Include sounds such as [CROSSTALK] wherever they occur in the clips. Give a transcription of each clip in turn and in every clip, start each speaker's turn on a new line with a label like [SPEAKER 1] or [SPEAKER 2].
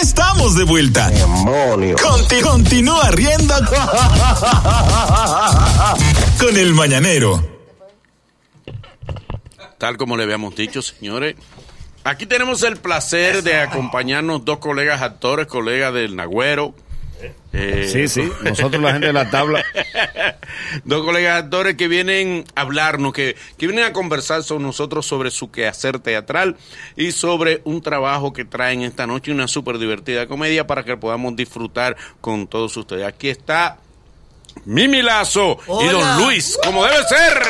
[SPEAKER 1] estamos de vuelta.
[SPEAKER 2] Demonio.
[SPEAKER 1] Conti- continúa riendo con el mañanero.
[SPEAKER 3] Tal como le habíamos dicho, señores. Aquí tenemos el placer de acompañarnos dos colegas actores, colegas del Nagüero. eh,
[SPEAKER 4] Sí, sí, nosotros la gente de la tabla.
[SPEAKER 3] [LAUGHS] Dos colegas actores que vienen a hablarnos, que, que vienen a conversar con nosotros sobre su quehacer teatral y sobre un trabajo que traen esta noche, una súper divertida comedia para que podamos disfrutar con todos ustedes. Aquí está Mimi Lazo y Don Luis, como debe ser.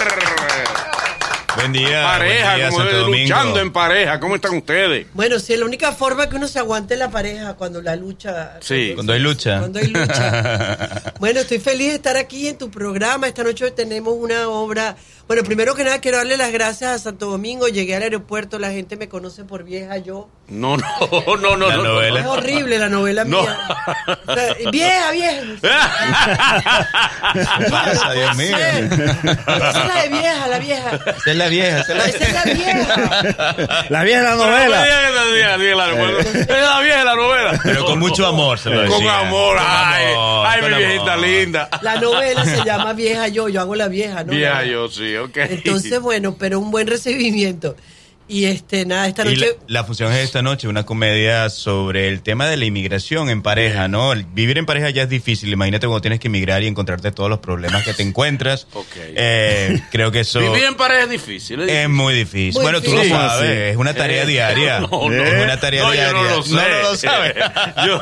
[SPEAKER 5] Buen día.
[SPEAKER 3] pareja,
[SPEAKER 5] Ah, buen día,
[SPEAKER 3] como
[SPEAKER 5] Santo
[SPEAKER 3] debe,
[SPEAKER 5] Domingo.
[SPEAKER 3] luchando en pareja. ¿Cómo están ustedes?
[SPEAKER 6] Bueno, sí, la única forma que uno se aguante es la pareja cuando la lucha.
[SPEAKER 3] Sí.
[SPEAKER 5] Cuando hay lucha.
[SPEAKER 6] Cuando hay lucha.
[SPEAKER 5] [LAUGHS]
[SPEAKER 6] bueno, estoy feliz de estar aquí en tu programa. Esta noche tenemos una obra. Bueno, primero que nada quiero darle las gracias a Santo Domingo. Llegué al aeropuerto, la gente me conoce por vieja yo.
[SPEAKER 3] No, no, no, no, no.
[SPEAKER 5] La
[SPEAKER 3] no.
[SPEAKER 5] novela.
[SPEAKER 6] Es
[SPEAKER 3] [LAUGHS]
[SPEAKER 6] horrible la novela
[SPEAKER 3] No.
[SPEAKER 6] mía. O sea,
[SPEAKER 5] [LAUGHS]
[SPEAKER 6] vieja, vieja.
[SPEAKER 5] pasa, Dios mío?
[SPEAKER 6] Esa es la de vieja, la vieja.
[SPEAKER 5] Esa es la vieja. esa es la-
[SPEAKER 6] Esa es la vieja.
[SPEAKER 4] La vieja de la novela.
[SPEAKER 3] Es la vieja la novela.
[SPEAKER 5] Eh. Pero
[SPEAKER 3] [LAUGHS]
[SPEAKER 5] con mucho amor se lo
[SPEAKER 3] Con
[SPEAKER 5] decía.
[SPEAKER 3] amor, ay,
[SPEAKER 5] amor,
[SPEAKER 3] ay,
[SPEAKER 5] con
[SPEAKER 3] mi viejita
[SPEAKER 5] amor.
[SPEAKER 3] linda.
[SPEAKER 6] La novela se llama Vieja Yo. Yo hago la vieja, ¿no?
[SPEAKER 3] Vieja
[SPEAKER 6] La-
[SPEAKER 3] yo, sí, ok.
[SPEAKER 5] [LAUGHS]
[SPEAKER 6] Entonces, bueno, pero un buen recibimiento. Y este, nada, esta
[SPEAKER 5] Y la,
[SPEAKER 6] noche.
[SPEAKER 5] la fusión es esta noche, una comedia sobre el tema de la inmigración en pareja, ¿no? El Vivir en pareja ya es difícil, imagínate cuando tienes que emigrar y encontrarte todos los problemas que te encuentras.
[SPEAKER 3] Ok.
[SPEAKER 5] Eh, creo que eso
[SPEAKER 3] Vivir en pareja es difícil. ¿eh?
[SPEAKER 5] es muy difícil.
[SPEAKER 6] Muy
[SPEAKER 5] bueno, tú lo
[SPEAKER 6] difícil.
[SPEAKER 5] sabes, es una tarea
[SPEAKER 3] Eh,
[SPEAKER 5] diaria.
[SPEAKER 3] no, no.
[SPEAKER 5] es una tarea
[SPEAKER 3] No, yo
[SPEAKER 5] diaria.
[SPEAKER 3] no lo sé.
[SPEAKER 5] no
[SPEAKER 3] [LAUGHS]
[SPEAKER 5] lo sabes.
[SPEAKER 3] Yo-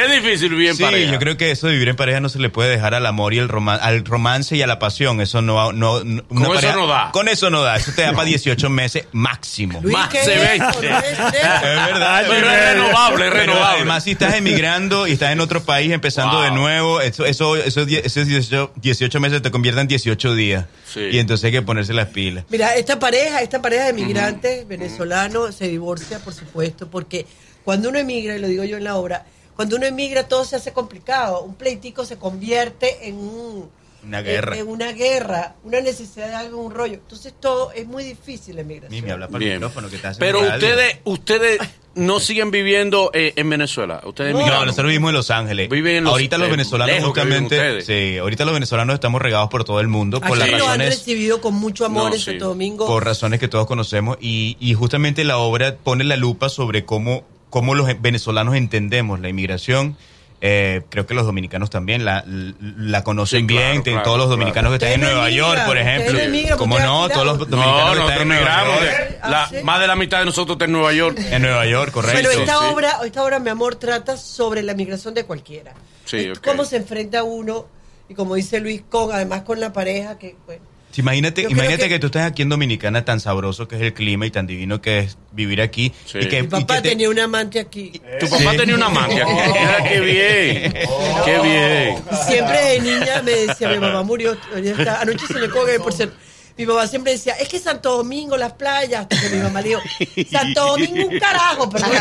[SPEAKER 3] es difícil [LAUGHS] vivir en
[SPEAKER 5] sí,
[SPEAKER 3] pareja.
[SPEAKER 5] yo creo que eso de vivir en pareja no se le puede dejar al amor y el roman- al romance y a la pasión. Eso no, no, no- una
[SPEAKER 3] eso no da.
[SPEAKER 5] Con eso no da. Eso te da para 18 meses máximo.
[SPEAKER 6] Luis,
[SPEAKER 3] más
[SPEAKER 6] ¿qué es
[SPEAKER 3] se ve.
[SPEAKER 6] eso? No es eso.
[SPEAKER 5] Es verdad.
[SPEAKER 3] Pero Ah, es renovable, es
[SPEAKER 5] Pero
[SPEAKER 3] renovable.
[SPEAKER 5] además, si estás emigrando y estás en otro país empezando
[SPEAKER 3] Wow.
[SPEAKER 5] de nuevo, eso, eso, esos die- esos 18, 18 meses te convierten en 18 días.
[SPEAKER 3] Sí.
[SPEAKER 5] Y entonces hay que ponerse las pilas.
[SPEAKER 6] Mira, esta pareja, esta pareja de migrantes venezolanos se divorcia, por supuesto, porque cuando uno emigra, y lo digo yo en la obra, cuando uno emigra todo se hace complicado. Un pleitico se convierte en un-
[SPEAKER 5] Una guerra.
[SPEAKER 6] En, en una guerra, una necesidad de algo, un rollo. Entonces todo es muy difícil la emigración.
[SPEAKER 5] Mimi, habla para el
[SPEAKER 3] Bien.
[SPEAKER 5] micrófono que estás en
[SPEAKER 3] Pero
[SPEAKER 5] radio.
[SPEAKER 3] ustedes, ustedes no siguen viviendo eh, en Venezuela. Ustedes
[SPEAKER 5] No,
[SPEAKER 3] emigraron.
[SPEAKER 5] nosotros vivimos en Los Ángeles.
[SPEAKER 3] Viven en Los-
[SPEAKER 5] ahorita los
[SPEAKER 3] eh,
[SPEAKER 5] venezolanos
[SPEAKER 3] lejos que viven
[SPEAKER 5] justamente,
[SPEAKER 3] ustedes. ¿Ah,
[SPEAKER 5] sí, ahorita los venezolanos estamos regados por todo el mundo por las
[SPEAKER 6] Aquí lo han
[SPEAKER 5] razones
[SPEAKER 6] recibido con mucho amor
[SPEAKER 3] No,
[SPEAKER 6] en
[SPEAKER 3] sí.
[SPEAKER 6] Santo Domingo.
[SPEAKER 5] por razones que todos conocemos y, y justamente la obra pone la lupa sobre cómo, cómo los venezolanos entendemos la inmigración. Eh, creo que los dominicanos también la, la conocen
[SPEAKER 3] Sí, claro,
[SPEAKER 5] bien. Ten-
[SPEAKER 3] claro,
[SPEAKER 5] todos los
[SPEAKER 3] claro.
[SPEAKER 5] dominicanos que están en
[SPEAKER 6] Ustedes no
[SPEAKER 5] Nueva York,
[SPEAKER 6] emigran,
[SPEAKER 5] por
[SPEAKER 6] ustedes
[SPEAKER 5] ejemplo.
[SPEAKER 6] no emigran,
[SPEAKER 5] ¿Cómo
[SPEAKER 6] porque
[SPEAKER 5] no?
[SPEAKER 6] aquí
[SPEAKER 5] Todos los
[SPEAKER 6] la-
[SPEAKER 5] dominicanos
[SPEAKER 3] No,
[SPEAKER 5] que
[SPEAKER 3] nosotros
[SPEAKER 5] están en Nueva
[SPEAKER 3] emigramos.
[SPEAKER 5] York.
[SPEAKER 6] Ah,
[SPEAKER 3] La-
[SPEAKER 6] sí.
[SPEAKER 3] Más de la mitad de nosotros está en Nueva York.
[SPEAKER 5] En Nueva York, correcto.
[SPEAKER 6] Pero esta
[SPEAKER 3] sí.
[SPEAKER 6] obra, esta obra, mi amor, trata sobre la migración de cualquiera.
[SPEAKER 3] Sí,
[SPEAKER 6] Y
[SPEAKER 3] ok.
[SPEAKER 6] Cómo se enfrenta uno, y como dice Luis, con, además con la pareja, que bueno.
[SPEAKER 5] Sí, Imagínate,
[SPEAKER 6] Yo creo
[SPEAKER 5] imagínate que...
[SPEAKER 6] que-
[SPEAKER 5] tú estás aquí en Dominicana, tan sabroso que es el clima y tan divino que es vivir aquí.
[SPEAKER 3] Sí.
[SPEAKER 5] Eh, Y que,
[SPEAKER 6] Mi
[SPEAKER 5] y que
[SPEAKER 6] papá
[SPEAKER 5] te-
[SPEAKER 6] tenía un amante aquí.
[SPEAKER 3] Tu papá tenía una amante. aquí.
[SPEAKER 6] Oh.
[SPEAKER 3] Mira, qué bien. Qué bien.
[SPEAKER 6] Y siempre de niña me decía, mi mamá murió, ya está, anoche se me coge, por cierto. Mi papá siempre decía, es que Santo Domingo, las playas. Hasta que mi mamá le dijo, Santo Domingo, un carajo, perdón.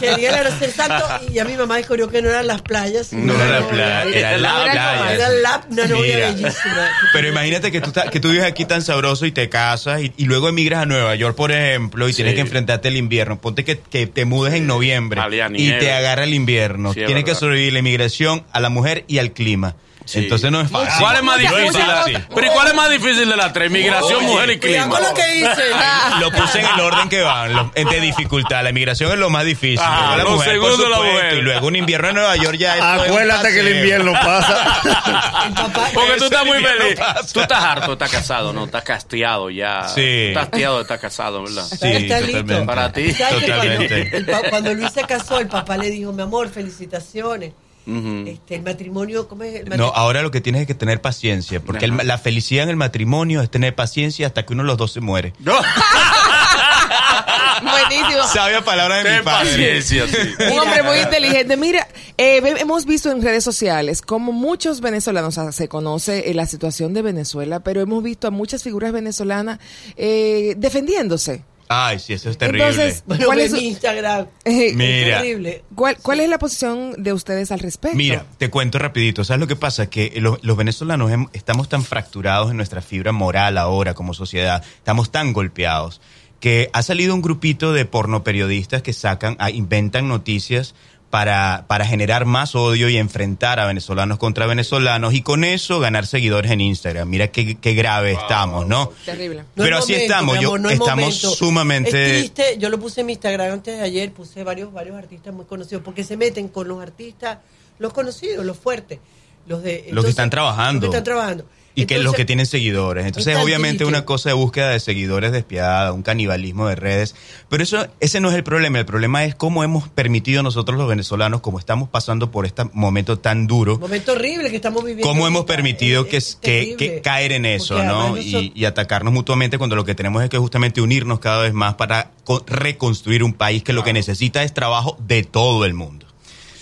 [SPEAKER 6] que diga la ser santo. Y ya mi mamá descubrió que no eran las playas. sino
[SPEAKER 5] No
[SPEAKER 6] una
[SPEAKER 5] era la
[SPEAKER 6] novia.
[SPEAKER 5] playa, era la
[SPEAKER 7] Era
[SPEAKER 5] playa.
[SPEAKER 6] Era la, una novia
[SPEAKER 5] Mira.
[SPEAKER 6] bellísima.
[SPEAKER 5] Pero imagínate que tú, estás- que tú vives aquí tan sabroso y te casas y, y luego emigras a Nueva York, por ejemplo, y tienes
[SPEAKER 3] Sí.
[SPEAKER 5] que enfrentarte al invierno. Ponte que, que te mudes en noviembre
[SPEAKER 3] Vale, a
[SPEAKER 5] y
[SPEAKER 3] nieve.
[SPEAKER 5] te agarra el invierno.
[SPEAKER 3] Sí, es
[SPEAKER 5] tienes que
[SPEAKER 3] verdad.
[SPEAKER 5] sobrevivir la inmigración, a la mujer y al clima.
[SPEAKER 3] Sí.
[SPEAKER 5] Entonces no es fácil.
[SPEAKER 3] ¿Cuál es más
[SPEAKER 7] Muchas,
[SPEAKER 3] difícil?
[SPEAKER 7] muchas
[SPEAKER 3] la-
[SPEAKER 7] cosas.
[SPEAKER 3] Pero ¿y cuál es más difícil de las tres? Migración, mujer y
[SPEAKER 6] Cuidado
[SPEAKER 3] clima.
[SPEAKER 6] con lo que
[SPEAKER 3] [LAUGHS]
[SPEAKER 6] dice.
[SPEAKER 5] Lo puse en el orden que van, lo- de dificultad. La migración es lo más difícil.
[SPEAKER 3] Ah,
[SPEAKER 5] Luego
[SPEAKER 3] lo
[SPEAKER 5] por
[SPEAKER 3] segundo, la
[SPEAKER 5] supuesto,
[SPEAKER 3] mujer.
[SPEAKER 5] Y luego un invierno en Nueva York ya es todo un
[SPEAKER 4] Acuérdate que el
[SPEAKER 5] paseo.
[SPEAKER 4] invierno pasa.
[SPEAKER 6] El
[SPEAKER 3] [LAUGHS]
[SPEAKER 6] papá-
[SPEAKER 3] Porque tú estás muy
[SPEAKER 5] Eso
[SPEAKER 3] feliz.
[SPEAKER 5] no pasa.
[SPEAKER 3] Tú estás harto, estás casado, ¿no? Estás casteado ya.
[SPEAKER 5] Sí.
[SPEAKER 3] Estás hastiado, estás casado, ¿verdad?
[SPEAKER 5] Sí,
[SPEAKER 6] Está listo.
[SPEAKER 5] totalmente.
[SPEAKER 3] Para ti.
[SPEAKER 6] ¿Sabes que cuando,
[SPEAKER 5] Totalmente.
[SPEAKER 6] el pa- cuando Luis se casó, el papá le dijo, mi amor, felicitaciones. este, el matrimonio, ¿cómo es? El
[SPEAKER 5] No,
[SPEAKER 6] matrimonio-
[SPEAKER 5] ahora lo que tienes es que tener paciencia, porque el-
[SPEAKER 3] Ajá.
[SPEAKER 5] la felicidad en el matrimonio es tener paciencia hasta que uno de los dos se muere. [LAUGHS]
[SPEAKER 3] No, [LAUGHS]
[SPEAKER 7] Buenísimo.
[SPEAKER 5] Sabia palabra de
[SPEAKER 3] Ah. ten
[SPEAKER 5] mi padre.
[SPEAKER 3] paciencia, sí.
[SPEAKER 7] Un hombre muy inteligente. Mira, eh, ve- hemos visto en redes sociales como muchos venezolanos, o sea, se conoce eh, la situación de Venezuela, pero hemos visto a muchas figuras venezolanas eh, defendiéndose.
[SPEAKER 5] Ay, sí, eso es terrible.
[SPEAKER 7] Entonces,
[SPEAKER 6] [LAUGHS] Bueno,
[SPEAKER 7] ¿cuál
[SPEAKER 6] ve
[SPEAKER 7] es su-
[SPEAKER 6] mi Instagram.
[SPEAKER 7] Eh,
[SPEAKER 5] ah. Mira.
[SPEAKER 6] Terrible.
[SPEAKER 7] ¿Cuál, cuál es la posición de ustedes al respecto?
[SPEAKER 5] Mira, te cuento rapidito. ¿Sabes lo que pasa? Que los, los venezolanos hem- estamos tan fracturados en nuestra fibra moral ahora como sociedad. Estamos tan golpeados que ha salido un grupito de porno periodistas que sacan, ah, inventan noticias para, para generar más odio y enfrentar a venezolanos contra venezolanos y con eso ganar seguidores en Instagram. Mira qué, qué grave estamos, ¿no?
[SPEAKER 7] Terrible.
[SPEAKER 6] No
[SPEAKER 5] Pero
[SPEAKER 6] es
[SPEAKER 5] así
[SPEAKER 6] momento,
[SPEAKER 5] estamos,
[SPEAKER 6] mi
[SPEAKER 5] yo-
[SPEAKER 6] amor, no es
[SPEAKER 5] estamos
[SPEAKER 6] momento.
[SPEAKER 5] sumamente-
[SPEAKER 6] Es triste, yo lo puse en mi Instagram antes de ayer, puse varios, varios artistas muy conocidos, porque se meten con los artistas, los conocidos, los fuertes, los de...
[SPEAKER 5] Los que están trabajando.
[SPEAKER 6] Los que están trabajando.
[SPEAKER 5] Y que los
[SPEAKER 6] Entonces,
[SPEAKER 5] que tienen seguidores. Entonces,
[SPEAKER 6] Está
[SPEAKER 5] obviamente,
[SPEAKER 6] difícil.
[SPEAKER 5] una cosa de búsqueda de seguidores despiadada, un canibalismo de redes. Pero eso, ese no es el problema. El problema es cómo hemos permitido nosotros los venezolanos, como estamos pasando por este momento tan duro,
[SPEAKER 6] Momento horrible que estamos viviendo.
[SPEAKER 5] cómo hemos
[SPEAKER 6] ahorita,
[SPEAKER 5] permitido
[SPEAKER 6] eh, es-
[SPEAKER 5] que,
[SPEAKER 6] es
[SPEAKER 5] que-
[SPEAKER 6] terrible.
[SPEAKER 5] que caer en eso,
[SPEAKER 6] Porque
[SPEAKER 5] ¿no?
[SPEAKER 6] además
[SPEAKER 5] Y,
[SPEAKER 6] nosotros-
[SPEAKER 5] y atacarnos mutuamente cuando lo que tenemos es que justamente unirnos cada vez más para co- reconstruir un país que lo que necesita es trabajo de todo el mundo.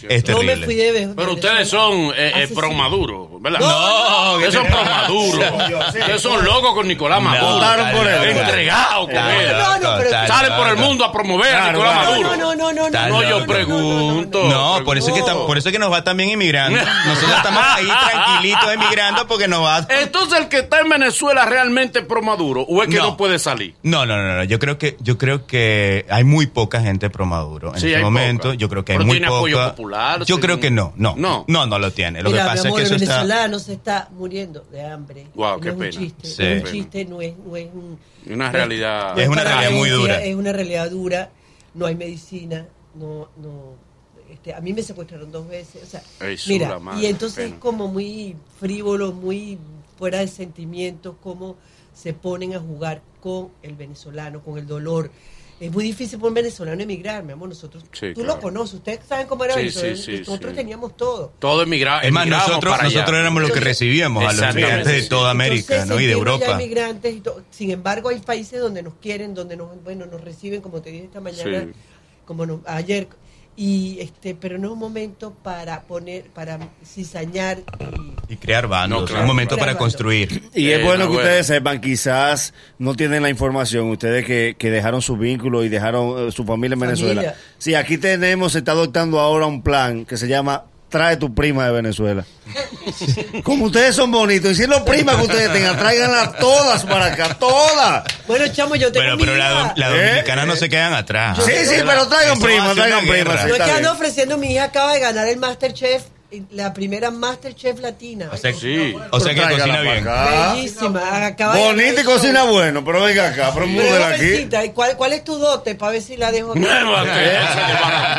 [SPEAKER 5] Es
[SPEAKER 6] Yo me fui
[SPEAKER 5] terrible.
[SPEAKER 6] de vez-
[SPEAKER 3] Pero
[SPEAKER 6] de-
[SPEAKER 3] ustedes son eh, eh,
[SPEAKER 6] Asesino.
[SPEAKER 3] promaduros, ¿verdad?
[SPEAKER 6] No,
[SPEAKER 3] ustedes son promaduros.
[SPEAKER 5] [LAUGHS]
[SPEAKER 3] Ustedes son locos con Nicolás Maduro.
[SPEAKER 4] votaron por él.
[SPEAKER 3] Entregados con
[SPEAKER 5] Claro,
[SPEAKER 3] él.
[SPEAKER 6] No, no, pero-
[SPEAKER 5] claro,
[SPEAKER 3] Salen por el
[SPEAKER 5] claro.
[SPEAKER 3] mundo a promover a
[SPEAKER 4] Claro,
[SPEAKER 3] Nicolás
[SPEAKER 4] claro.
[SPEAKER 3] Maduro.
[SPEAKER 6] No, no, no, no,
[SPEAKER 5] Tal-
[SPEAKER 6] no.
[SPEAKER 3] No, yo
[SPEAKER 5] no,
[SPEAKER 3] pregunto.
[SPEAKER 5] No, por eso, es que tam- por eso es que nos va
[SPEAKER 3] [LAUGHS]
[SPEAKER 5] también inmigrando. Nosotros estamos ahí tranquilitos emigrando porque nos va...
[SPEAKER 3] Entonces, el que está en Venezuela realmente es promaduro o es que no,
[SPEAKER 5] No.
[SPEAKER 3] puede salir.
[SPEAKER 5] No, no, no, no. Yo creo que, yo creo que hay muy poca gente pro Maduro en
[SPEAKER 3] Sí,
[SPEAKER 5] este
[SPEAKER 3] hay
[SPEAKER 5] momento.
[SPEAKER 3] poca.
[SPEAKER 5] Yo creo que hay
[SPEAKER 3] Pero
[SPEAKER 5] muy
[SPEAKER 3] tiene
[SPEAKER 5] poca.
[SPEAKER 3] apoyo popular,
[SPEAKER 5] yo
[SPEAKER 3] sí.
[SPEAKER 5] creo que no, no,
[SPEAKER 3] No.
[SPEAKER 5] no, no, lo tiene. Lo
[SPEAKER 6] Mira,
[SPEAKER 5] que
[SPEAKER 6] mi
[SPEAKER 5] pasa
[SPEAKER 6] amor,
[SPEAKER 5] es que
[SPEAKER 6] el
[SPEAKER 5] eso está.
[SPEAKER 6] venezolano se está muriendo de hambre.
[SPEAKER 3] Guau,
[SPEAKER 6] no
[SPEAKER 3] qué
[SPEAKER 6] es un
[SPEAKER 3] pena.
[SPEAKER 6] chiste,
[SPEAKER 5] Sí.
[SPEAKER 6] No es
[SPEAKER 5] Qué
[SPEAKER 6] un chiste, no es, no es un-
[SPEAKER 3] Una realidad.
[SPEAKER 6] no
[SPEAKER 5] Es una
[SPEAKER 6] para
[SPEAKER 5] realidad muy
[SPEAKER 6] audiencia,
[SPEAKER 5] dura.
[SPEAKER 6] Es una realidad dura. No hay medicina. No, no. este, a mí me secuestraron dos veces. O sea,
[SPEAKER 3] Ay, su la
[SPEAKER 6] mira,
[SPEAKER 3] madre,
[SPEAKER 6] y
[SPEAKER 3] qué
[SPEAKER 6] entonces
[SPEAKER 3] pena.
[SPEAKER 6] es como muy frívolo, muy fuera de sentimientos, cómo se ponen a jugar con el venezolano, con el dolor. Es muy difícil para un venezolano emigrar, mi amor. Nosotros,
[SPEAKER 3] Sí,
[SPEAKER 6] tú
[SPEAKER 3] claro.
[SPEAKER 6] lo conoces, ustedes saben cómo era
[SPEAKER 3] Sí,
[SPEAKER 6] Venezuela.
[SPEAKER 3] sí, sí,
[SPEAKER 6] nosotros
[SPEAKER 3] sí.
[SPEAKER 6] teníamos todo.
[SPEAKER 3] Todo emigrado.
[SPEAKER 5] Es más, nosotros, nosotros éramos los que recibíamos a los
[SPEAKER 3] Exactamente.
[SPEAKER 5] inmigrantes de toda América
[SPEAKER 6] Entonces,
[SPEAKER 5] ¿no? y de
[SPEAKER 6] entiendo ya
[SPEAKER 5] Europa.
[SPEAKER 6] migrantes y todo. Sin embargo, hay países donde nos quieren, donde nos, bueno, nos reciben, como te dije esta mañana,
[SPEAKER 3] Sí.
[SPEAKER 6] como no- ayer. Y este, pero no es un momento para poner, para cizañar y
[SPEAKER 5] Y crear bandos.
[SPEAKER 3] No, claro,
[SPEAKER 5] es un momento
[SPEAKER 6] claro.
[SPEAKER 5] para construir.
[SPEAKER 4] Y
[SPEAKER 3] Eh,
[SPEAKER 4] es
[SPEAKER 3] no,
[SPEAKER 4] bueno que
[SPEAKER 3] bueno.
[SPEAKER 4] ustedes sepan, quizás no tienen la información, ustedes que, que dejaron su vínculo y dejaron eh, su familia en Venezuela.
[SPEAKER 6] Familia.
[SPEAKER 4] Sí, aquí tenemos, se está adoptando ahora un plan que se llama Trae tu prima de
[SPEAKER 5] [LAUGHS]
[SPEAKER 4] Venezuela. Como ustedes son bonitos, y si los primas que ustedes tengan, tráiganlas todas para acá, todas.
[SPEAKER 6] bueno, chamo, yo tengo
[SPEAKER 5] Bueno,
[SPEAKER 6] mi
[SPEAKER 5] pero
[SPEAKER 6] hija.
[SPEAKER 5] las la
[SPEAKER 4] ¿Eh?
[SPEAKER 5] dominicanas no se quedan atrás.
[SPEAKER 4] Sí, sí, pero traigan
[SPEAKER 5] Eso
[SPEAKER 4] primas,
[SPEAKER 5] hace
[SPEAKER 4] traigan
[SPEAKER 5] una
[SPEAKER 4] primas.
[SPEAKER 5] guerra.
[SPEAKER 4] sí,
[SPEAKER 6] Yo
[SPEAKER 4] está
[SPEAKER 6] te ando
[SPEAKER 4] bien.
[SPEAKER 6] ofreciendo, mi hija acaba de ganar el Masterchef, y la primera Masterchef latina.
[SPEAKER 5] O sea,
[SPEAKER 3] Sí.
[SPEAKER 5] o sea que
[SPEAKER 4] Pero
[SPEAKER 5] cocina
[SPEAKER 4] tráigala
[SPEAKER 5] bien.
[SPEAKER 4] para acá.
[SPEAKER 6] Bellísima. Acaba de ganar
[SPEAKER 4] Ah. Bonita y
[SPEAKER 6] el show.
[SPEAKER 4] cocina bueno, pero venga acá,
[SPEAKER 6] Pero
[SPEAKER 4] pero múdela aquí.
[SPEAKER 6] jovencita, ¿y ¿Cuál, ¿Cuál es tu dote? Para ver si la dejo.
[SPEAKER 4] [LAUGHS]
[SPEAKER 5] Ah,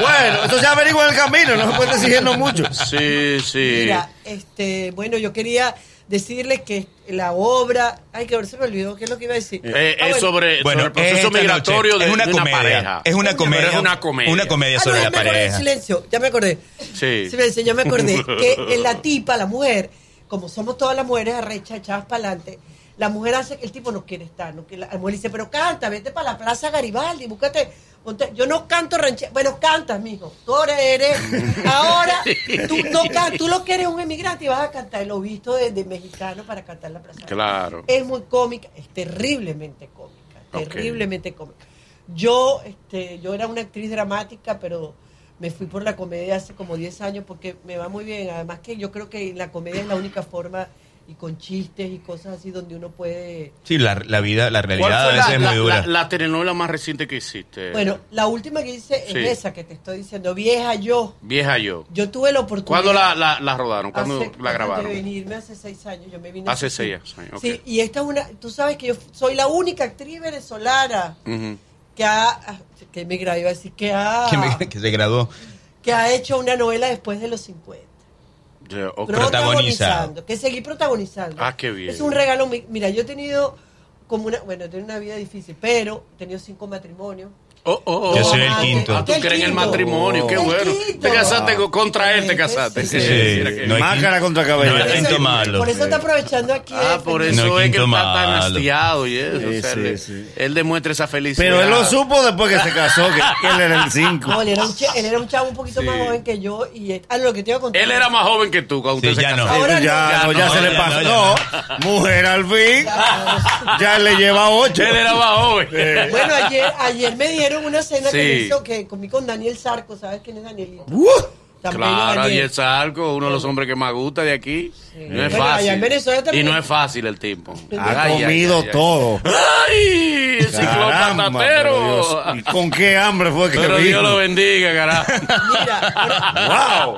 [SPEAKER 4] Bueno, eso se averigua en el camino, no se puede estar exigiendo mucho.
[SPEAKER 5] [LAUGHS]
[SPEAKER 3] Sí, sí.
[SPEAKER 6] Mira, este, bueno, yo quería decirles que la obra, ay, que ahora se me olvidó, ¿qué es lo que iba a decir?
[SPEAKER 3] Eh,
[SPEAKER 6] Ah,
[SPEAKER 3] es
[SPEAKER 6] bueno.
[SPEAKER 3] sobre,
[SPEAKER 5] Bueno,
[SPEAKER 3] sobre el proceso
[SPEAKER 5] esta noche
[SPEAKER 3] migratorio de,
[SPEAKER 5] es una
[SPEAKER 3] de una
[SPEAKER 5] comedia,
[SPEAKER 3] pareja.
[SPEAKER 5] Es una comedia.
[SPEAKER 3] Pero es una comedia.
[SPEAKER 5] Una comedia
[SPEAKER 6] Ah, no,
[SPEAKER 5] sobre
[SPEAKER 6] ya
[SPEAKER 5] la
[SPEAKER 6] me acordé,
[SPEAKER 5] pareja.
[SPEAKER 6] silencio, ya me acordé.
[SPEAKER 3] Sí.
[SPEAKER 6] Silencio, ya me acordé
[SPEAKER 3] [LAUGHS]
[SPEAKER 6] que en la tipa, la mujer, como somos todas las mujeres arrechas, echadas para adelante, la mujer hace que el tipo no quiere estar, no quiere- la mujer dice, pero canta, vete para la plaza Garibaldi, búscate. ponte- Yo no canto ranchero. Bueno, cantas, mijo. Tú ahora
[SPEAKER 3] [LAUGHS]
[SPEAKER 6] eres. Ahora, tú, no can- tú lo que eres un emigrante y vas a cantar. Lo visto de, de mexicano para cantar la plaza. Garibaldi.
[SPEAKER 3] Claro.
[SPEAKER 6] Es muy cómica, es terriblemente cómica,
[SPEAKER 3] Ok.
[SPEAKER 6] terriblemente cómica. Yo, este, yo era una actriz dramática, pero me fui por la comedia hace como 10 años porque me va muy bien. Además que yo creo que la comedia es la única forma y con chistes y cosas así donde uno puede...
[SPEAKER 5] Sí, la, la vida, la
[SPEAKER 3] ¿Cuál
[SPEAKER 5] realidad a
[SPEAKER 3] fue
[SPEAKER 5] veces
[SPEAKER 3] la,
[SPEAKER 5] es muy
[SPEAKER 3] la-
[SPEAKER 5] dura.
[SPEAKER 3] la- la telenovela más reciente que hiciste?
[SPEAKER 6] Bueno, la última que hice es
[SPEAKER 3] Sí.
[SPEAKER 6] esa que te estoy diciendo, vieja yo.
[SPEAKER 3] Vieja yo.
[SPEAKER 6] Yo tuve la oportunidad...
[SPEAKER 3] ¿Cuándo la, la, la rodaron? ¿Cuándo
[SPEAKER 6] Hace-
[SPEAKER 3] la
[SPEAKER 6] antes
[SPEAKER 3] grabaron?
[SPEAKER 6] De venirme hace seis años, yo me vine.
[SPEAKER 3] Hace
[SPEAKER 6] aquí.
[SPEAKER 3] seis años, ok.
[SPEAKER 6] Sí, y esta es una, tú sabes que yo soy la única actriz venezolana
[SPEAKER 3] Ujú.
[SPEAKER 6] que ha, que me iba a decir, que ha,
[SPEAKER 5] que, me- [LAUGHS] que se graduó.
[SPEAKER 6] que ha hecho una novela después de los 50.
[SPEAKER 3] Ya, ok.
[SPEAKER 5] Prota- Protagoniza.
[SPEAKER 6] Protagonizando, que seguí protagonizando.
[SPEAKER 3] Ah, qué bien.
[SPEAKER 6] Es un regalo. mi- Mira, yo he tenido como una, bueno, he tenido una vida difícil, pero he tenido cinco matrimonios.
[SPEAKER 3] Oh, oh, oh.
[SPEAKER 5] Yo soy el
[SPEAKER 3] Ah,
[SPEAKER 5] quinto.
[SPEAKER 3] Ah, tú
[SPEAKER 6] El
[SPEAKER 3] crees en el
[SPEAKER 6] quinto.
[SPEAKER 3] matrimonio, qué
[SPEAKER 6] El
[SPEAKER 3] bueno.
[SPEAKER 6] quinto.
[SPEAKER 3] Te casaste con- contra él, te
[SPEAKER 6] Sí,
[SPEAKER 3] casaste.
[SPEAKER 6] sí,
[SPEAKER 5] sí.
[SPEAKER 3] Mira que-
[SPEAKER 5] No hay
[SPEAKER 4] Máscara contra
[SPEAKER 5] No,
[SPEAKER 4] cabello.
[SPEAKER 5] el
[SPEAKER 6] Por eso-
[SPEAKER 5] quinto malo.
[SPEAKER 6] Por eso está aprovechando aquí.
[SPEAKER 3] Ah,
[SPEAKER 6] de-
[SPEAKER 3] por
[SPEAKER 5] No,
[SPEAKER 3] eso es que
[SPEAKER 5] quinto
[SPEAKER 3] él está tan
[SPEAKER 5] malo.
[SPEAKER 3] hastiado y eso.
[SPEAKER 4] Sí,
[SPEAKER 3] o sea,
[SPEAKER 4] sí,
[SPEAKER 3] le-
[SPEAKER 4] sí.
[SPEAKER 3] Él demuestra esa felicidad.
[SPEAKER 4] Pero él lo supo después que se casó, que, que él era el 5.
[SPEAKER 6] No, él era, un ch- él era un chavo un poquito
[SPEAKER 3] Sí.
[SPEAKER 6] más joven que yo y es- ah, lo que te iba a contar.
[SPEAKER 3] Él era más joven que tú cuando
[SPEAKER 5] Sí,
[SPEAKER 3] ustedes se
[SPEAKER 5] ya no.
[SPEAKER 3] casaron.
[SPEAKER 6] Ahora
[SPEAKER 4] ya,
[SPEAKER 6] no.
[SPEAKER 4] no, pues ya
[SPEAKER 5] No,
[SPEAKER 4] se
[SPEAKER 5] ya
[SPEAKER 4] le
[SPEAKER 5] no,
[SPEAKER 4] pasó.
[SPEAKER 5] ya no.
[SPEAKER 4] Mujer al fin. Ya le lleva 8.
[SPEAKER 3] Él era más joven. [LAUGHS]
[SPEAKER 6] Bueno, ayer, ayer me dieron una cena que
[SPEAKER 3] Sí. Uh,
[SPEAKER 6] me hizo que comí con Daniel Sarco, ¿sabes quién es Danielito? Tan bello,
[SPEAKER 3] Claro, y
[SPEAKER 6] Daniel.
[SPEAKER 3] el Salco, uno de los hombres que más gusta de aquí. No es
[SPEAKER 6] Bueno, allá en
[SPEAKER 3] fácil.
[SPEAKER 6] Venezuela
[SPEAKER 3] Y
[SPEAKER 6] también.
[SPEAKER 3] no es fácil el tipo.
[SPEAKER 4] Ha
[SPEAKER 3] Ay, ay,
[SPEAKER 4] comido
[SPEAKER 3] ay, ay.
[SPEAKER 4] todo.
[SPEAKER 3] ¡Ay! el Ciclón
[SPEAKER 4] Caramba, pero
[SPEAKER 3] patatero.
[SPEAKER 4] Dios, ¿y ¿Con qué hambre fue que
[SPEAKER 3] Pero
[SPEAKER 4] vino?
[SPEAKER 3] Dios lo bendiga,
[SPEAKER 4] [LAUGHS]
[SPEAKER 3] carajo.
[SPEAKER 6] Mira,
[SPEAKER 4] ¡Wow!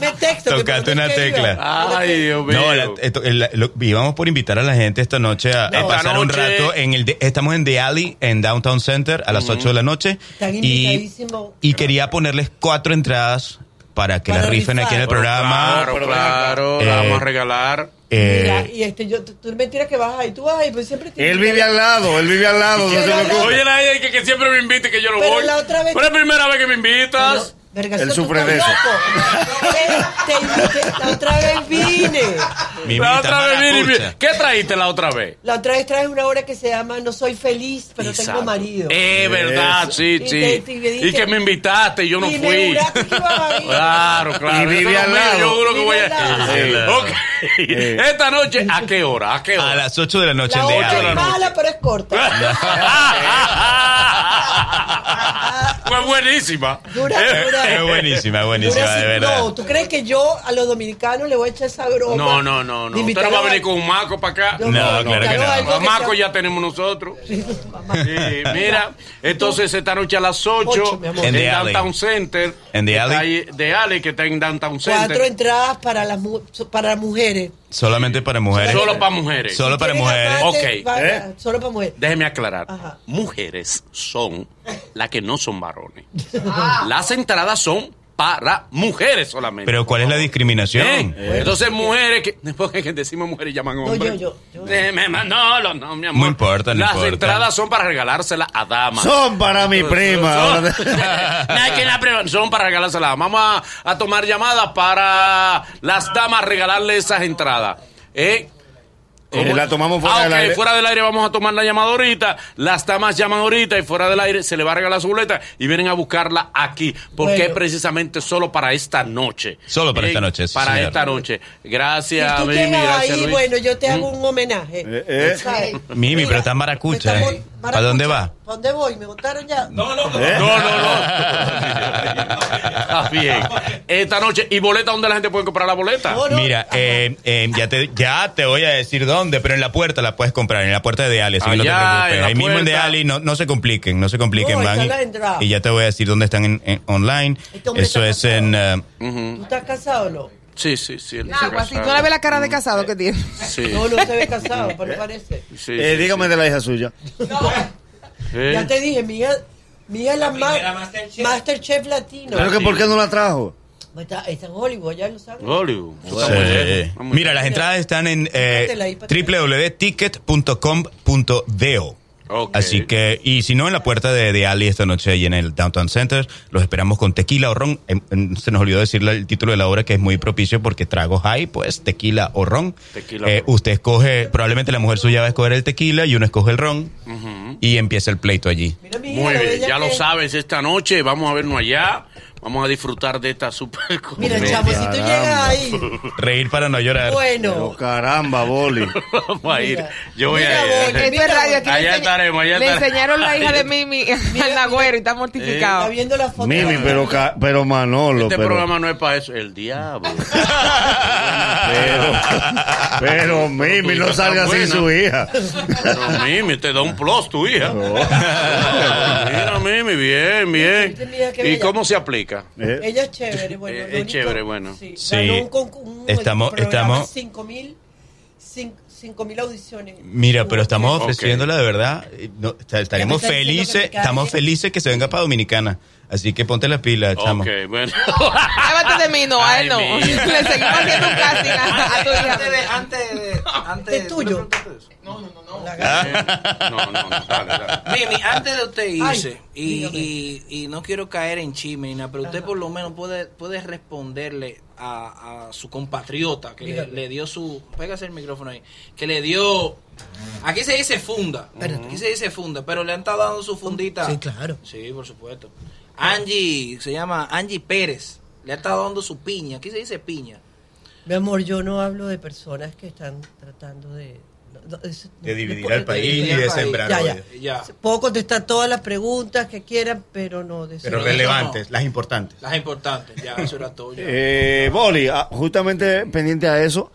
[SPEAKER 6] me texto. que pregunté
[SPEAKER 5] Tocaste una
[SPEAKER 6] que iba.
[SPEAKER 5] tecla.
[SPEAKER 3] Ay, Dios mío.
[SPEAKER 5] No,
[SPEAKER 4] este
[SPEAKER 5] la- esto- el- la- lo- y vamos por invitar a la gente esta noche a, a
[SPEAKER 3] Esta
[SPEAKER 5] pasar un
[SPEAKER 3] noche.
[SPEAKER 5] rato. en el de- Estamos en The Alley, en Downtown Center, a las 8 de la noche.
[SPEAKER 6] Están
[SPEAKER 5] Y,
[SPEAKER 6] invitadísimos.
[SPEAKER 5] y quería ponerles cuatro entradas para que
[SPEAKER 6] Para
[SPEAKER 5] la rifen
[SPEAKER 6] rifar.
[SPEAKER 5] aquí en el
[SPEAKER 6] Pero
[SPEAKER 5] programa.
[SPEAKER 3] Claro, claro.
[SPEAKER 5] Eh,
[SPEAKER 3] la vamos a regalar.
[SPEAKER 5] Eh,
[SPEAKER 6] Mira, y este, yo, tú, tú mentiras que vas ahí, tú vas ahí, pues siempre te-
[SPEAKER 4] Él vive al lado, él vive al lado. no se
[SPEAKER 6] Pero-
[SPEAKER 4] preocupe.
[SPEAKER 3] Oye, la ella que, que siempre me invite y que yo no
[SPEAKER 6] Pero
[SPEAKER 3] voy.
[SPEAKER 6] la otra vez-
[SPEAKER 3] Pero es la primera vez que me invitas.
[SPEAKER 6] Pero, verga,
[SPEAKER 4] Él
[SPEAKER 6] eso tú
[SPEAKER 4] sufre de
[SPEAKER 6] estás
[SPEAKER 4] eso.
[SPEAKER 6] loco. Te- te- te- la otra vez vine.
[SPEAKER 5] mi
[SPEAKER 3] la
[SPEAKER 5] invita
[SPEAKER 3] otra vez
[SPEAKER 5] maracucha.
[SPEAKER 3] vine y vi- ¿Qué traíste la otra vez?
[SPEAKER 6] La otra vez traes una obra que se llama No soy feliz, pero tengo
[SPEAKER 3] Exacto.
[SPEAKER 6] marido.
[SPEAKER 3] Eh, verdad,
[SPEAKER 4] Eso.
[SPEAKER 3] sí,
[SPEAKER 6] Y
[SPEAKER 3] sí.
[SPEAKER 6] te- te dije-
[SPEAKER 3] y que me invitaste y yo no
[SPEAKER 6] Y me
[SPEAKER 3] fui.
[SPEAKER 6] juraste que ibas a ir.
[SPEAKER 3] Claro, claro.
[SPEAKER 4] Y
[SPEAKER 3] Eso
[SPEAKER 4] vive
[SPEAKER 3] no
[SPEAKER 4] al
[SPEAKER 3] es mío,
[SPEAKER 4] lado.
[SPEAKER 3] Yo juro que
[SPEAKER 6] Vive
[SPEAKER 3] voy
[SPEAKER 6] al lado.
[SPEAKER 4] Sí.
[SPEAKER 3] a. Ok. Esta noche, ¿a qué hora? ¿A qué hora?
[SPEAKER 5] A las 8 de la noche
[SPEAKER 6] La
[SPEAKER 5] en The
[SPEAKER 6] otra
[SPEAKER 3] de la
[SPEAKER 6] es
[SPEAKER 5] Alley.
[SPEAKER 3] noche.
[SPEAKER 6] mala, pero es corta.
[SPEAKER 3] [LAUGHS] Fue buenísima. Eh,
[SPEAKER 6] Dura, dura.
[SPEAKER 5] Es buenísima, es Eh, buenísima,
[SPEAKER 6] Dura
[SPEAKER 5] de
[SPEAKER 6] sin-
[SPEAKER 5] verdad.
[SPEAKER 6] No, ¿tú crees que yo a los dominicanos le voy a echar esa broma?
[SPEAKER 3] No, no,
[SPEAKER 6] De
[SPEAKER 3] no, no. Usted no
[SPEAKER 6] invitarlo
[SPEAKER 3] va a venir
[SPEAKER 6] a-
[SPEAKER 3] con un maco para acá.
[SPEAKER 6] Yo
[SPEAKER 5] No,
[SPEAKER 6] voy,
[SPEAKER 5] claro que
[SPEAKER 6] claro,
[SPEAKER 5] no.
[SPEAKER 6] algo
[SPEAKER 3] A
[SPEAKER 6] que
[SPEAKER 3] maco
[SPEAKER 6] sea-
[SPEAKER 3] ya tenemos nosotros.
[SPEAKER 6] [LAUGHS] Mamá.
[SPEAKER 3] Sí, mira, entonces esta noche a las 8
[SPEAKER 6] Ocho, mi amor.
[SPEAKER 3] en
[SPEAKER 5] En The Alley.
[SPEAKER 3] Downtown Center.
[SPEAKER 5] En The
[SPEAKER 3] que está
[SPEAKER 5] Alley.
[SPEAKER 3] ahí- The Alley, que está en Downtown
[SPEAKER 6] Cuatro
[SPEAKER 3] Center.
[SPEAKER 6] entradas para las mu- para mujeres.
[SPEAKER 5] Solamente para mujeres.
[SPEAKER 3] Solo para mujeres.
[SPEAKER 5] Solo para
[SPEAKER 6] ¿Quieres
[SPEAKER 5] mujeres.
[SPEAKER 6] amante?
[SPEAKER 3] Ok.
[SPEAKER 6] Va-
[SPEAKER 4] ¿Eh?
[SPEAKER 6] Solo para mujeres.
[SPEAKER 3] Déjeme aclarar.
[SPEAKER 6] Ajá.
[SPEAKER 3] Mujeres son las que no
[SPEAKER 6] [LAUGHS]
[SPEAKER 3] son varones.
[SPEAKER 6] Ah.
[SPEAKER 3] Las entradas son para mujeres solamente.
[SPEAKER 5] Pero ¿cuál es la discriminación?
[SPEAKER 3] ¿Eh? Entonces, mujeres que. [LAUGHS] Porque que decimos mujeres y llaman hombres.
[SPEAKER 6] yo- yo- yo.
[SPEAKER 3] Déjeme, ma- no, no, no, mi amor.
[SPEAKER 5] No importa, no
[SPEAKER 3] Las
[SPEAKER 5] importa.
[SPEAKER 3] entradas son para regalárselas a damas.
[SPEAKER 4] Son para mi
[SPEAKER 3] [LAUGHS]
[SPEAKER 4] prima. [LAUGHS]
[SPEAKER 3] Son- No, es Pues, que la pre- son para regalárselas. Vamos a, a tomar llamadas para las damas regalarle esas entradas. ¿Eh?
[SPEAKER 4] Eh, la tomamos fuera
[SPEAKER 3] Ah,
[SPEAKER 4] del
[SPEAKER 3] ok,
[SPEAKER 4] aire.
[SPEAKER 3] fuera del aire vamos a tomar la llamada ahorita. Las damas llaman ahorita y fuera del aire se le va a regalar su boleta y vienen a buscarla aquí. Porque
[SPEAKER 6] Bueno.
[SPEAKER 3] es precisamente solo para esta noche. ¿Eh?
[SPEAKER 5] Solo para esta noche, sí,
[SPEAKER 3] Para
[SPEAKER 5] señor.
[SPEAKER 3] esta noche.
[SPEAKER 6] Si
[SPEAKER 3] Gracias,
[SPEAKER 6] tú
[SPEAKER 3] Mimi.
[SPEAKER 6] llegas
[SPEAKER 3] Gracias,
[SPEAKER 6] ahí,
[SPEAKER 3] Luis. Mm.
[SPEAKER 6] bueno, yo te hago un homenaje.
[SPEAKER 4] Eh, eh.
[SPEAKER 6] ¿Sabes?
[SPEAKER 5] Mimi,
[SPEAKER 6] Mira,
[SPEAKER 5] pero está maracucha,
[SPEAKER 6] está
[SPEAKER 5] ¿eh?
[SPEAKER 6] mo-
[SPEAKER 5] ¿Para dónde va?
[SPEAKER 6] ¿Para dónde voy? ¿Me contaron ya? No, no.
[SPEAKER 4] ¿Eh?
[SPEAKER 3] No, no, [LAUGHS] no. Está bien. Esta noche. ¿Y boleta dónde la gente puede comprar la boleta?
[SPEAKER 6] No, no.
[SPEAKER 5] Mira, eh, eh, ya, te, ya te voy a decir dónde, pero en la puerta la puedes comprar, en la puerta de Deali, así que no te
[SPEAKER 3] Allá,
[SPEAKER 5] preocupes.
[SPEAKER 3] en la
[SPEAKER 5] Ahí mismo en
[SPEAKER 3] puerta.
[SPEAKER 5] Deali, no, no se compliquen, no se compliquen,
[SPEAKER 6] No,
[SPEAKER 5] van.
[SPEAKER 6] está la entrada.
[SPEAKER 5] Y, y ya te voy a decir dónde están en, en- online.
[SPEAKER 6] Este hombre
[SPEAKER 5] Eso
[SPEAKER 6] está
[SPEAKER 5] es en. eh,
[SPEAKER 6] ¿Tú estás casado o no?
[SPEAKER 3] Sí, sí, sí. él está
[SPEAKER 7] Nagua, pues, si tú
[SPEAKER 3] casado.
[SPEAKER 7] le ves la
[SPEAKER 3] Mm,
[SPEAKER 7] cara de casado que tiene.
[SPEAKER 3] Sí.
[SPEAKER 6] No, no se ve casado,
[SPEAKER 3] [LAUGHS]
[SPEAKER 6] pero parece.
[SPEAKER 3] Sí, sí,
[SPEAKER 4] Eh,
[SPEAKER 3] sí.
[SPEAKER 4] dígame de la hija suya.
[SPEAKER 3] Eh,
[SPEAKER 6] Ya te dije, mi hija, mi hija es la, ma- Masterchef. Latino.
[SPEAKER 3] Eh.
[SPEAKER 6] Pues
[SPEAKER 4] Pero que ¿por qué no la trajo?
[SPEAKER 6] Está, está en Hollywood, ya lo sabes.
[SPEAKER 3] Hollywood. Eso está
[SPEAKER 5] eh, Sí.
[SPEAKER 3] muy bien. Está muy
[SPEAKER 5] Mira, las entradas están en
[SPEAKER 6] Pásatela ahí,
[SPEAKER 5] eh,
[SPEAKER 6] pásatela.
[SPEAKER 5] www.ticket.com.do.
[SPEAKER 3] Ok.
[SPEAKER 5] Así que, y si no, en la puerta de, de Ali esta noche ahí en el Downtown Center, los esperamos con tequila o ron. Em, em, se nos olvidó decir el título de la obra que es muy propicio porque tragos hay, pues tequila o ron.
[SPEAKER 3] Tequila
[SPEAKER 5] Eh,
[SPEAKER 3] o ron.
[SPEAKER 5] Usted escoge, probablemente la mujer suya va a escoger el tequila y uno escoge el ron y empieza el pleito allí.
[SPEAKER 6] Mira, mi hija,
[SPEAKER 3] Muy
[SPEAKER 6] lo
[SPEAKER 3] bien.
[SPEAKER 6] bella
[SPEAKER 3] Ya lo
[SPEAKER 6] que es.
[SPEAKER 3] sabes. Esta noche vamos a vernos allá. Vamos a disfrutar de esta super [LAUGHS]
[SPEAKER 6] Mira,
[SPEAKER 3] comedia.
[SPEAKER 6] chavo, si tú llegas ahí,
[SPEAKER 5] Reír para no llorar.
[SPEAKER 4] Pero
[SPEAKER 6] bueno.
[SPEAKER 4] caramba, Boli.
[SPEAKER 3] Vamos a ir.
[SPEAKER 6] Mira.
[SPEAKER 3] Yo voy
[SPEAKER 6] Mira,
[SPEAKER 3] a ir.
[SPEAKER 6] Boca.
[SPEAKER 7] Esto es radio. Aquí le
[SPEAKER 3] Allá
[SPEAKER 7] enseñ-
[SPEAKER 3] estaremos, allá
[SPEAKER 7] Le
[SPEAKER 3] estaremos.
[SPEAKER 7] enseñaron la hija de Mimi [LAUGHS] al Nagüero y está
[SPEAKER 6] Está
[SPEAKER 7] mortificado.
[SPEAKER 6] viendo la foto.
[SPEAKER 4] Mimi, pero, ca- pero Manolo.
[SPEAKER 3] Este
[SPEAKER 4] pero,
[SPEAKER 3] programa no es para eso. El diablo.
[SPEAKER 4] pero,
[SPEAKER 3] [LAUGHS]
[SPEAKER 4] pero Mimi, no salga sin
[SPEAKER 3] Buena.
[SPEAKER 4] su hija.
[SPEAKER 3] [LAUGHS] Pero Mimi, te da un plus tu hija. Mira, Mimi, bien, bien.
[SPEAKER 6] Viste, mira, qué
[SPEAKER 3] ¿Y
[SPEAKER 6] bella.
[SPEAKER 3] cómo se aplica?
[SPEAKER 4] Eh,
[SPEAKER 6] Ella es chévere, bueno.
[SPEAKER 3] Eh,
[SPEAKER 6] lo
[SPEAKER 3] es
[SPEAKER 6] único-
[SPEAKER 3] chévere, bueno.
[SPEAKER 6] Sí.
[SPEAKER 5] Sí.
[SPEAKER 6] Ganó un concu- un
[SPEAKER 5] Estamos-
[SPEAKER 6] programa,
[SPEAKER 5] estamos-
[SPEAKER 6] 5.000 cin- 5.000 audiciones.
[SPEAKER 5] Mira, pero estamos
[SPEAKER 3] Ok.
[SPEAKER 5] ofreciéndola de verdad. eh, no, est- estaremos
[SPEAKER 6] Ya me está diciendo que
[SPEAKER 5] felices,
[SPEAKER 6] te calle.
[SPEAKER 5] estamos felices que se venga para Dominicana. Así que ponte las pilas, chamo.
[SPEAKER 3] Ok, bueno.
[SPEAKER 7] Llévate de mí, no, a él no.
[SPEAKER 3] Ay, mira.
[SPEAKER 7] [LAUGHS] Le seguimos haciendo un casting a, a tu hija.
[SPEAKER 2] Antes de, antes de, antes
[SPEAKER 6] ¿Es tuyo?
[SPEAKER 2] No, no, no, no.
[SPEAKER 6] La gana.
[SPEAKER 3] No, no, no. dale, dale.
[SPEAKER 2] Mimi, antes de usted irse,
[SPEAKER 6] Ay,
[SPEAKER 2] y,
[SPEAKER 6] dígame.
[SPEAKER 2] y, y no quiero caer en chisme ni nada, pero usted por lo menos puede, puede responderle a, a su compatriota que le,
[SPEAKER 6] Dígame.
[SPEAKER 2] le dio su. Pégase el micrófono ahí. Que le dio. Aquí se dice funda. Aquí se dice funda, pero le han estado dando su fundita.
[SPEAKER 6] Sí, claro.
[SPEAKER 2] Sí, por supuesto. Angie, se llama Angie Pérez. Le ha estado dando su piña. Aquí se dice piña.
[SPEAKER 6] Mi amor, yo no hablo de personas que están tratando de, no, es-
[SPEAKER 5] De dividir
[SPEAKER 6] después-
[SPEAKER 5] al país
[SPEAKER 2] y de
[SPEAKER 6] dividir al
[SPEAKER 5] sembrar
[SPEAKER 6] Ya,
[SPEAKER 5] odio.
[SPEAKER 6] ya.
[SPEAKER 2] Ya.
[SPEAKER 6] Puedo contestar todas las preguntas que quieran, pero no decir.
[SPEAKER 5] Pero
[SPEAKER 2] Sí,
[SPEAKER 5] relevantes,
[SPEAKER 2] eso
[SPEAKER 5] las importantes.
[SPEAKER 2] Las importantes, ya, eso era todo. ya.
[SPEAKER 4] Eh, Boli, ah, justamente pendiente a eso,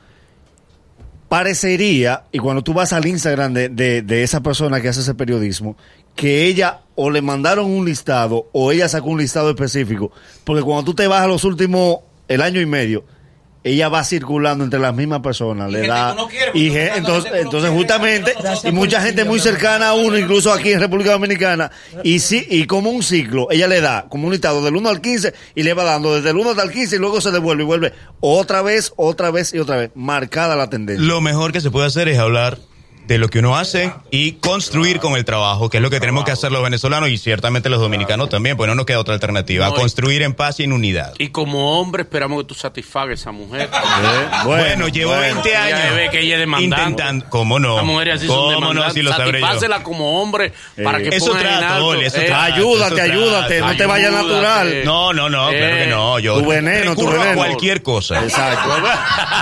[SPEAKER 4] parecería, y cuando tú vas al Instagram de, de- de esa persona que hace ese periodismo, que ella o le mandaron un listado o ella sacó un listado específico, porque cuando tú te vas a los últimos, el año y medio, ella va circulando entre las mismas personas,
[SPEAKER 2] Y
[SPEAKER 4] le
[SPEAKER 2] gente
[SPEAKER 4] da...
[SPEAKER 2] que uno quiere, porque
[SPEAKER 4] y
[SPEAKER 2] uno
[SPEAKER 4] gen-
[SPEAKER 2] está
[SPEAKER 4] entonces,
[SPEAKER 2] hablando de
[SPEAKER 4] entonces
[SPEAKER 2] uno quiere,
[SPEAKER 4] justamente,
[SPEAKER 2] uno no
[SPEAKER 4] y
[SPEAKER 2] sabe
[SPEAKER 4] mucha
[SPEAKER 6] por
[SPEAKER 4] gente
[SPEAKER 6] qué,
[SPEAKER 4] muy
[SPEAKER 6] ¿no?
[SPEAKER 4] cercana a uno, incluso aquí en República Dominicana, y sí, y como un ciclo, ella le da como un listado del 1 al 15 y le va dando desde el 1 hasta el 15 y luego se devuelve y vuelve otra vez, otra vez y otra vez, marcada la tendencia.
[SPEAKER 5] Lo mejor que se puede hacer es hablar de lo que uno hace y construir con el trabajo, que es lo que tenemos que hacer los venezolanos y ciertamente los dominicanos también, pues no nos queda otra alternativa,
[SPEAKER 3] No, y-
[SPEAKER 5] construir en paz y en unidad.
[SPEAKER 3] Y como hombre esperamos que tú satisfagas a esa mujer.
[SPEAKER 5] Bueno, llevo
[SPEAKER 4] Eh, bueno.
[SPEAKER 5] 20 años
[SPEAKER 3] Ya ve que ella es demandante.
[SPEAKER 5] intentando, ¿cómo no?
[SPEAKER 3] Las mujeres así son
[SPEAKER 5] ¿Cómo no?
[SPEAKER 3] demandantes.
[SPEAKER 5] Si lo sabré yo. Eh,
[SPEAKER 3] Satisfácela como hombre para que
[SPEAKER 5] Eso
[SPEAKER 3] pongan en
[SPEAKER 5] trato,
[SPEAKER 3] alto.
[SPEAKER 5] Ole, eso
[SPEAKER 3] eh,
[SPEAKER 5] trato.
[SPEAKER 4] ayúdate,
[SPEAKER 5] eso
[SPEAKER 4] ayúdate, no te
[SPEAKER 5] trato.
[SPEAKER 4] vayas
[SPEAKER 3] ayúdate.
[SPEAKER 4] natural.
[SPEAKER 5] No, no, no, claro
[SPEAKER 3] Eh,
[SPEAKER 5] que no. Yo
[SPEAKER 4] tu veneno, tu
[SPEAKER 5] recurro a
[SPEAKER 4] veneno.
[SPEAKER 5] cualquier cosa.
[SPEAKER 4] Exacto.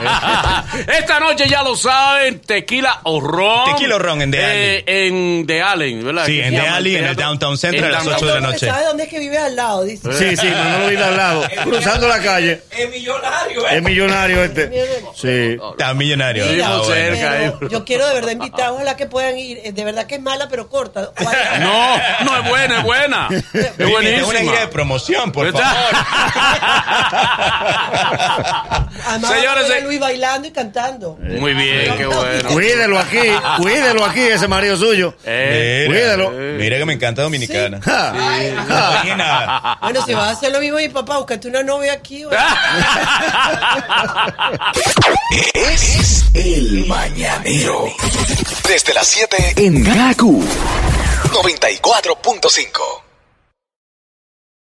[SPEAKER 3] [LAUGHS] Esta noche ya lo saben, tequila o ron.
[SPEAKER 5] Tequila o ron en The
[SPEAKER 3] Eh, en The Allen, ¿verdad?
[SPEAKER 5] Sí,
[SPEAKER 3] Que
[SPEAKER 5] en
[SPEAKER 3] se
[SPEAKER 5] The
[SPEAKER 3] llama
[SPEAKER 5] Allen, en el
[SPEAKER 3] teatro.
[SPEAKER 5] Downtown Central,
[SPEAKER 3] En
[SPEAKER 5] a las
[SPEAKER 3] Downtown
[SPEAKER 5] ocho de la
[SPEAKER 6] Todo el mundo
[SPEAKER 5] noche.
[SPEAKER 6] sabe dónde es que vive al lado? Dice.
[SPEAKER 4] Sí, sí, Manolo vive al lado, cruzando la calle.
[SPEAKER 2] Es millonario, ¿eh?
[SPEAKER 4] Es millonario este. Sí.
[SPEAKER 5] Está millonario.
[SPEAKER 3] Mira,
[SPEAKER 5] Ah,
[SPEAKER 3] o
[SPEAKER 5] bueno.
[SPEAKER 3] sea, cerca,
[SPEAKER 6] Pero
[SPEAKER 3] eh.
[SPEAKER 6] yo quiero de verdad invitar, ojalá que puedan ir. Eh, De verdad que es mala, pero corta. Ojalá-
[SPEAKER 3] No, no es buena, es
[SPEAKER 5] [LAUGHS]
[SPEAKER 3] buena. Es
[SPEAKER 5] Miren, es una gira de
[SPEAKER 3] buenísima.
[SPEAKER 5] promoción, por
[SPEAKER 3] ¿Verdad? [LAUGHS]
[SPEAKER 5] favor.
[SPEAKER 6] Además,
[SPEAKER 3] Señores,
[SPEAKER 6] Señores,
[SPEAKER 3] eh,
[SPEAKER 6] Luis bailando y cantando.
[SPEAKER 3] Muy bien, qué
[SPEAKER 4] [LAUGHS]
[SPEAKER 3] bueno.
[SPEAKER 4] Cuídelo aquí, cuídelo aquí, ese marido suyo.
[SPEAKER 3] Eh,
[SPEAKER 4] Cuídalo.
[SPEAKER 5] Mira que me encanta Dominicana.
[SPEAKER 4] Ja.
[SPEAKER 5] No tiene nada.
[SPEAKER 6] Bueno, si vas a hacer lo mismo, mi papá, búscate una novia aquí. ¿vale?
[SPEAKER 8] Es el mañanero. Desde las 7 en Gaku 94.5.